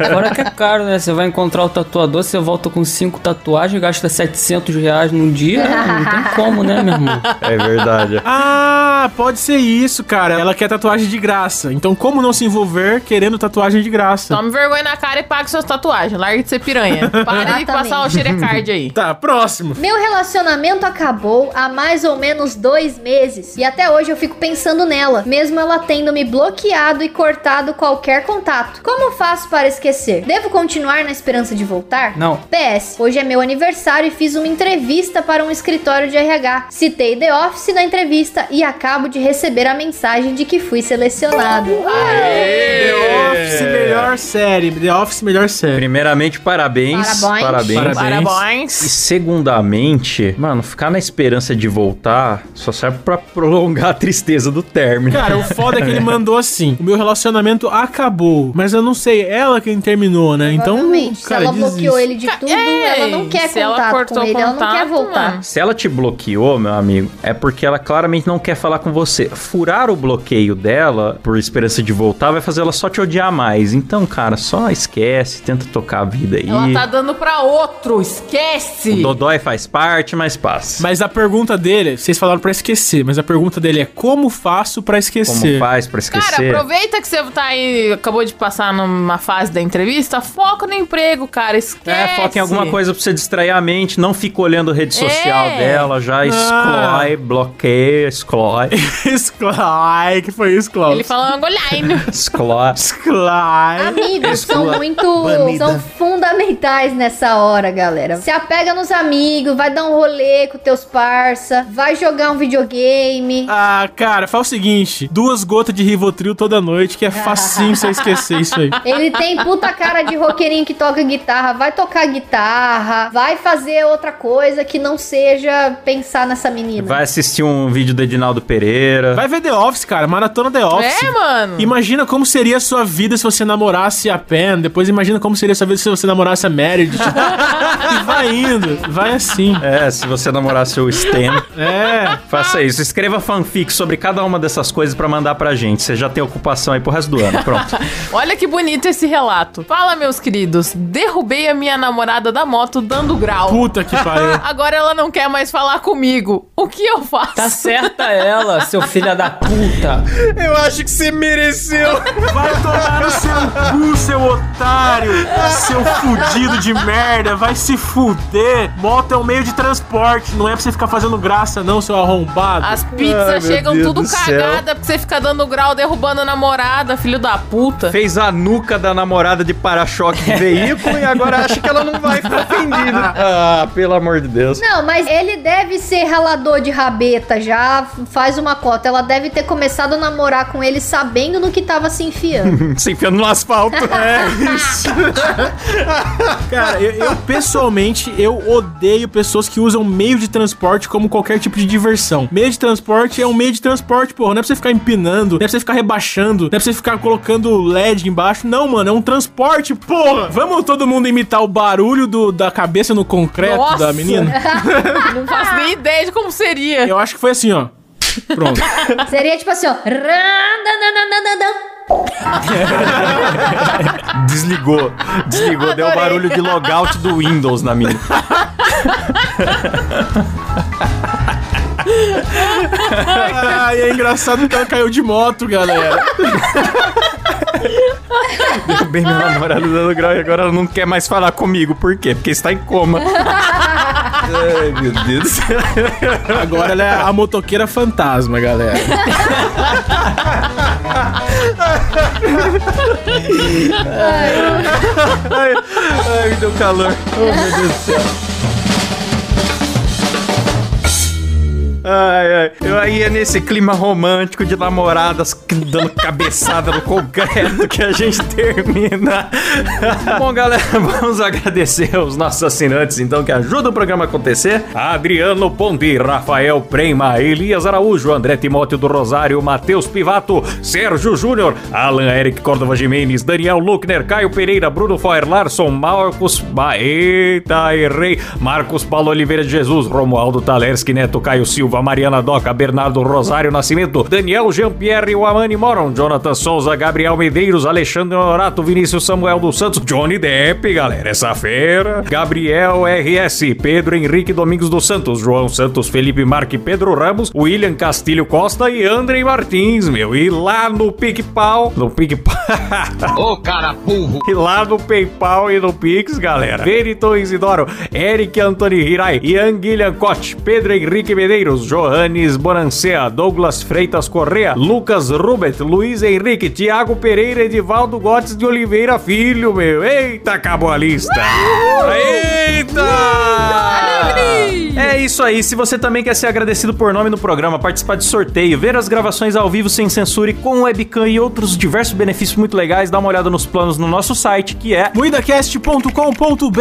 S8: Agora que é caro, né? Você vai encontrar o tatuador, você volta com cinco tatuagens, gasta 700 reais num dia. Não tem como, né, meu irmão?
S1: é verdade.
S4: Ah, pode ser isso, cara. Ela quer tatuagem de graça. Então, como não se envolver? querendo tatuagem de graça.
S2: Tome vergonha na cara e pague suas tatuagens. Larga de ser piranha. Para de
S5: Exatamente.
S2: passar o xerecard aí.
S4: Tá, próximo.
S5: Meu relacionamento acabou há mais ou menos dois meses e até hoje eu fico pensando nela, mesmo ela tendo me bloqueado e cortado qualquer contato. Como faço para esquecer? Devo continuar na esperança de voltar?
S8: Não.
S5: PS, hoje é meu aniversário e fiz uma entrevista para um escritório de RH. Citei The Office na entrevista e acabo de receber a mensagem de que fui selecionado.
S4: The Office, melhor série. The Office, melhor série.
S1: Primeiramente, parabéns.
S5: Parabéns.
S1: Parabéns.
S2: Parabéns.
S1: E segundamente, mano, ficar na esperança de voltar só serve pra prolongar a tristeza do término.
S4: Cara, o foda é que ele mandou assim: o meu relacionamento acabou. Mas eu não sei, é ela quem terminou, né? Então.
S5: Provavelmente, se
S4: cara,
S5: ela
S4: diz isso.
S5: bloqueou ele de tudo,
S2: é,
S5: ela não quer
S2: se ela
S5: contato
S2: cortou
S5: com ele, ela não quer
S2: contato,
S5: voltar.
S2: mano.
S1: Se ela te bloqueou, meu amigo, é porque ela claramente não quer falar com você. Furar o bloqueio dela, por esperança de voltar, vai fazer ela só te odiar mais. Então, cara, só esquece, tenta tocar a vida aí.
S2: Ela tá dando pra outro. Esquece.
S1: O Dodói faz parte, mas passa.
S4: Mas a pergunta dele, vocês falaram pra esquecer, mas a pergunta dele é: como faço pra
S1: Como
S4: esquecer?
S1: faz pra
S2: Cara,
S1: esquecer?
S2: aproveita que você tá aí, acabou de passar numa fase da entrevista, foca no emprego, cara, esquece.
S1: É, foca em alguma coisa pra você distrair a mente, não fica olhando a rede social
S2: É.
S1: dela, já exclói, bloqueia, exclói,
S4: Ai, que foi isso, Klaus?
S2: Ele falando online.
S1: exclói.
S4: Esclai.
S5: Amigos são muito. são fundamentais nessa hora, galera. Se apega nos amigos, vai dar um rolê com teus parça, vai jogar um videogame.
S4: Ah, cara, fala o seguinte: duas gotas de Rivotril toda noite, que é facinho você esquecer isso aí.
S5: Ele tem puta cara de roqueirinho que toca guitarra, vai tocar guitarra, vai fazer outra coisa que não seja pensar nessa menina.
S1: Vai assistir um vídeo do Edinaldo Pereira.
S4: Vai ver The Office, cara, maratona The Office.
S2: É, mano.
S4: Imagina como seria a sua vida se você namorasse a Pen. Depois imagina como seria a sua vida se você namorasse a Meredith. e vai indo, vai assim.
S1: É, se você namorar seu Stan,
S4: É.
S1: faça isso. Escreva fanfic sobre cada uma dessas coisas pra mandar pra gente. Você já tem ocupação aí pro resto do ano. Pronto.
S2: Olha que bonito esse relato. Fala, meus queridos, derrubei a minha namorada da moto dando grau.
S4: Puta que pariu.
S2: Agora ela não quer mais falar comigo. O que eu faço?
S8: Tá certa ela, seu filho da puta.
S1: Eu acho que você mereceu.
S4: Vai tomar no seu cu, seu otário. Seu fudido de merda. Vai se fuder. Moto é um meio de transporte. Não é pra você ficar fazendo graça, não, seu arrombado.
S2: As
S1: Ai, meu
S2: pizzas chegam
S1: Deus
S2: tudo
S1: do céu.
S2: cagada porque você fica dando grau, derrubando a namorada, filho da puta.
S1: Fez a nuca da namorada de para-choque de veículo e agora acha que ela não vai ficar ofendida. Ah, pelo amor de Deus.
S5: Não, mas ele deve ser ralador de rabeta já, faz uma cota. Ela deve ter começado a namorar com ele sabendo no que tava se enfiando.
S1: Se enfiando no asfalto. É.
S4: Cara, eu, eu, pessoalmente, eu odeio pessoas que usam meio de transporte como qualquer tipo de diversão. Meio de transporte é um meio de transporte, porra. Não é pra você ficar empinando, não é pra você ficar rebaixando, não é pra você ficar colocando LED embaixo. Não, mano, é um transporte, porra! Vamos todo mundo imitar o barulho do- da cabeça no concreto da
S2: Nossa.
S4: menina?
S2: Não faço nem ideia de como seria.
S4: Eu acho que foi assim, ó. Pronto.
S5: Seria tipo assim, ó. "Randanananananã".
S1: Desligou. Desligou. Deu o
S2: Adorei.
S1: barulho de logout do Windows na minha.
S4: Ah, e é engraçado que ela caiu de moto, galera.
S1: Bem meu namorado dando grau e agora ela não quer mais falar comigo. Por quê? Porque está em coma. Ai, meu Deus do céu.
S4: Agora ela é a motoqueira fantasma, galera.
S1: Ai, ai, me deu calor. Oh, meu Deus do céu. Ai, ai. Eu aí é nesse clima romântico de namoradas c- dando cabeçada no concreto que a gente termina. Bom, galera, vamos agradecer aos nossos assinantes, então, que ajudam o programa a acontecer. Adriano Ponte, Rafael Prema, Elias Araújo, André Timóteo do Rosário, Matheus Pivato, Sérgio Júnior, Alan Eric Córdova Jimenez, Daniel Luckner, Caio Pereira, Bruno Foer Larson, Marcos Baeta, errei, Marcos Paulo Oliveira de Jesus, Romualdo Talerski Neto, Caio Silva, Silva, Mariana Doca, Bernardo Rosário Nascimento, Daniel Jean-Pierre Wamani Moron, Jonathan Souza, Gabriel Medeiros, Alexandre Honorato, Vinícius Samuel dos Santos, Johnny Depp, galera, essa feira, Gabriel RS, Pedro Henrique Domingos dos Santos, João Santos, Felipe Marque, Pedro Ramos, William Castilho Costa e Andrei Martins, meu, e lá no PicPau, no PicPau,
S6: Ô, cara burro.
S1: e lá no PayPal e no Pix, galera. Veriton Isidoro, Eric Antoni Hirai, Ian Guilherme Cote, Pedro Henrique Medeiros, Johannes Bonancea, Douglas Freitas Correa, Lucas Rubet, Luiz Henrique, Tiago Pereira, Edivaldo Gotes de Oliveira Filho, meu. Eita, acabou a lista. Eita! É isso aí. Se você também quer ser agradecido por nome no programa, participar de sorteio, ver as gravações ao vivo sem censura e com webcam e outros diversos benefícios muito legais, dá uma olhada nos planos no nosso site, que é
S3: Moidacast.com.br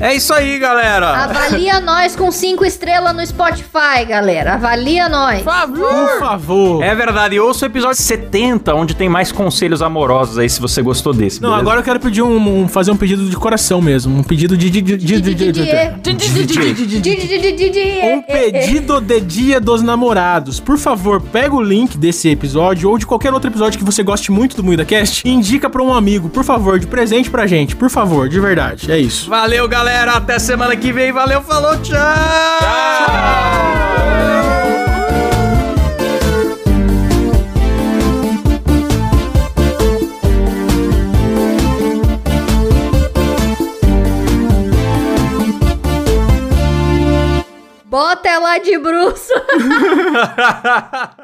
S1: É isso aí, galera.
S5: Avalia nós com 5 estrelas no Spotify, galera. Avalia nós.
S4: Por favor.
S1: É verdade, e ouça o episódio 70, onde tem mais conselhos amorosos aí, se você gostou desse.
S4: Não,
S1: beleza?
S4: agora eu quero pedir um, um- fazer um pedido de coração mesmo. Um pedido de. de, de, de, de, de, de, de. Um pedido de dia dos namorados. Por favor, pega o link desse episódio ou de qualquer outro episódio que você goste muito do MuidaCast e indica pra um amigo, por favor, de presente pra gente. Por favor, de verdade. É isso.
S1: Valeu, galera. Até semana que vem. Valeu, falou, tchau.
S5: Bota ela de bruxo.
S1: tchau.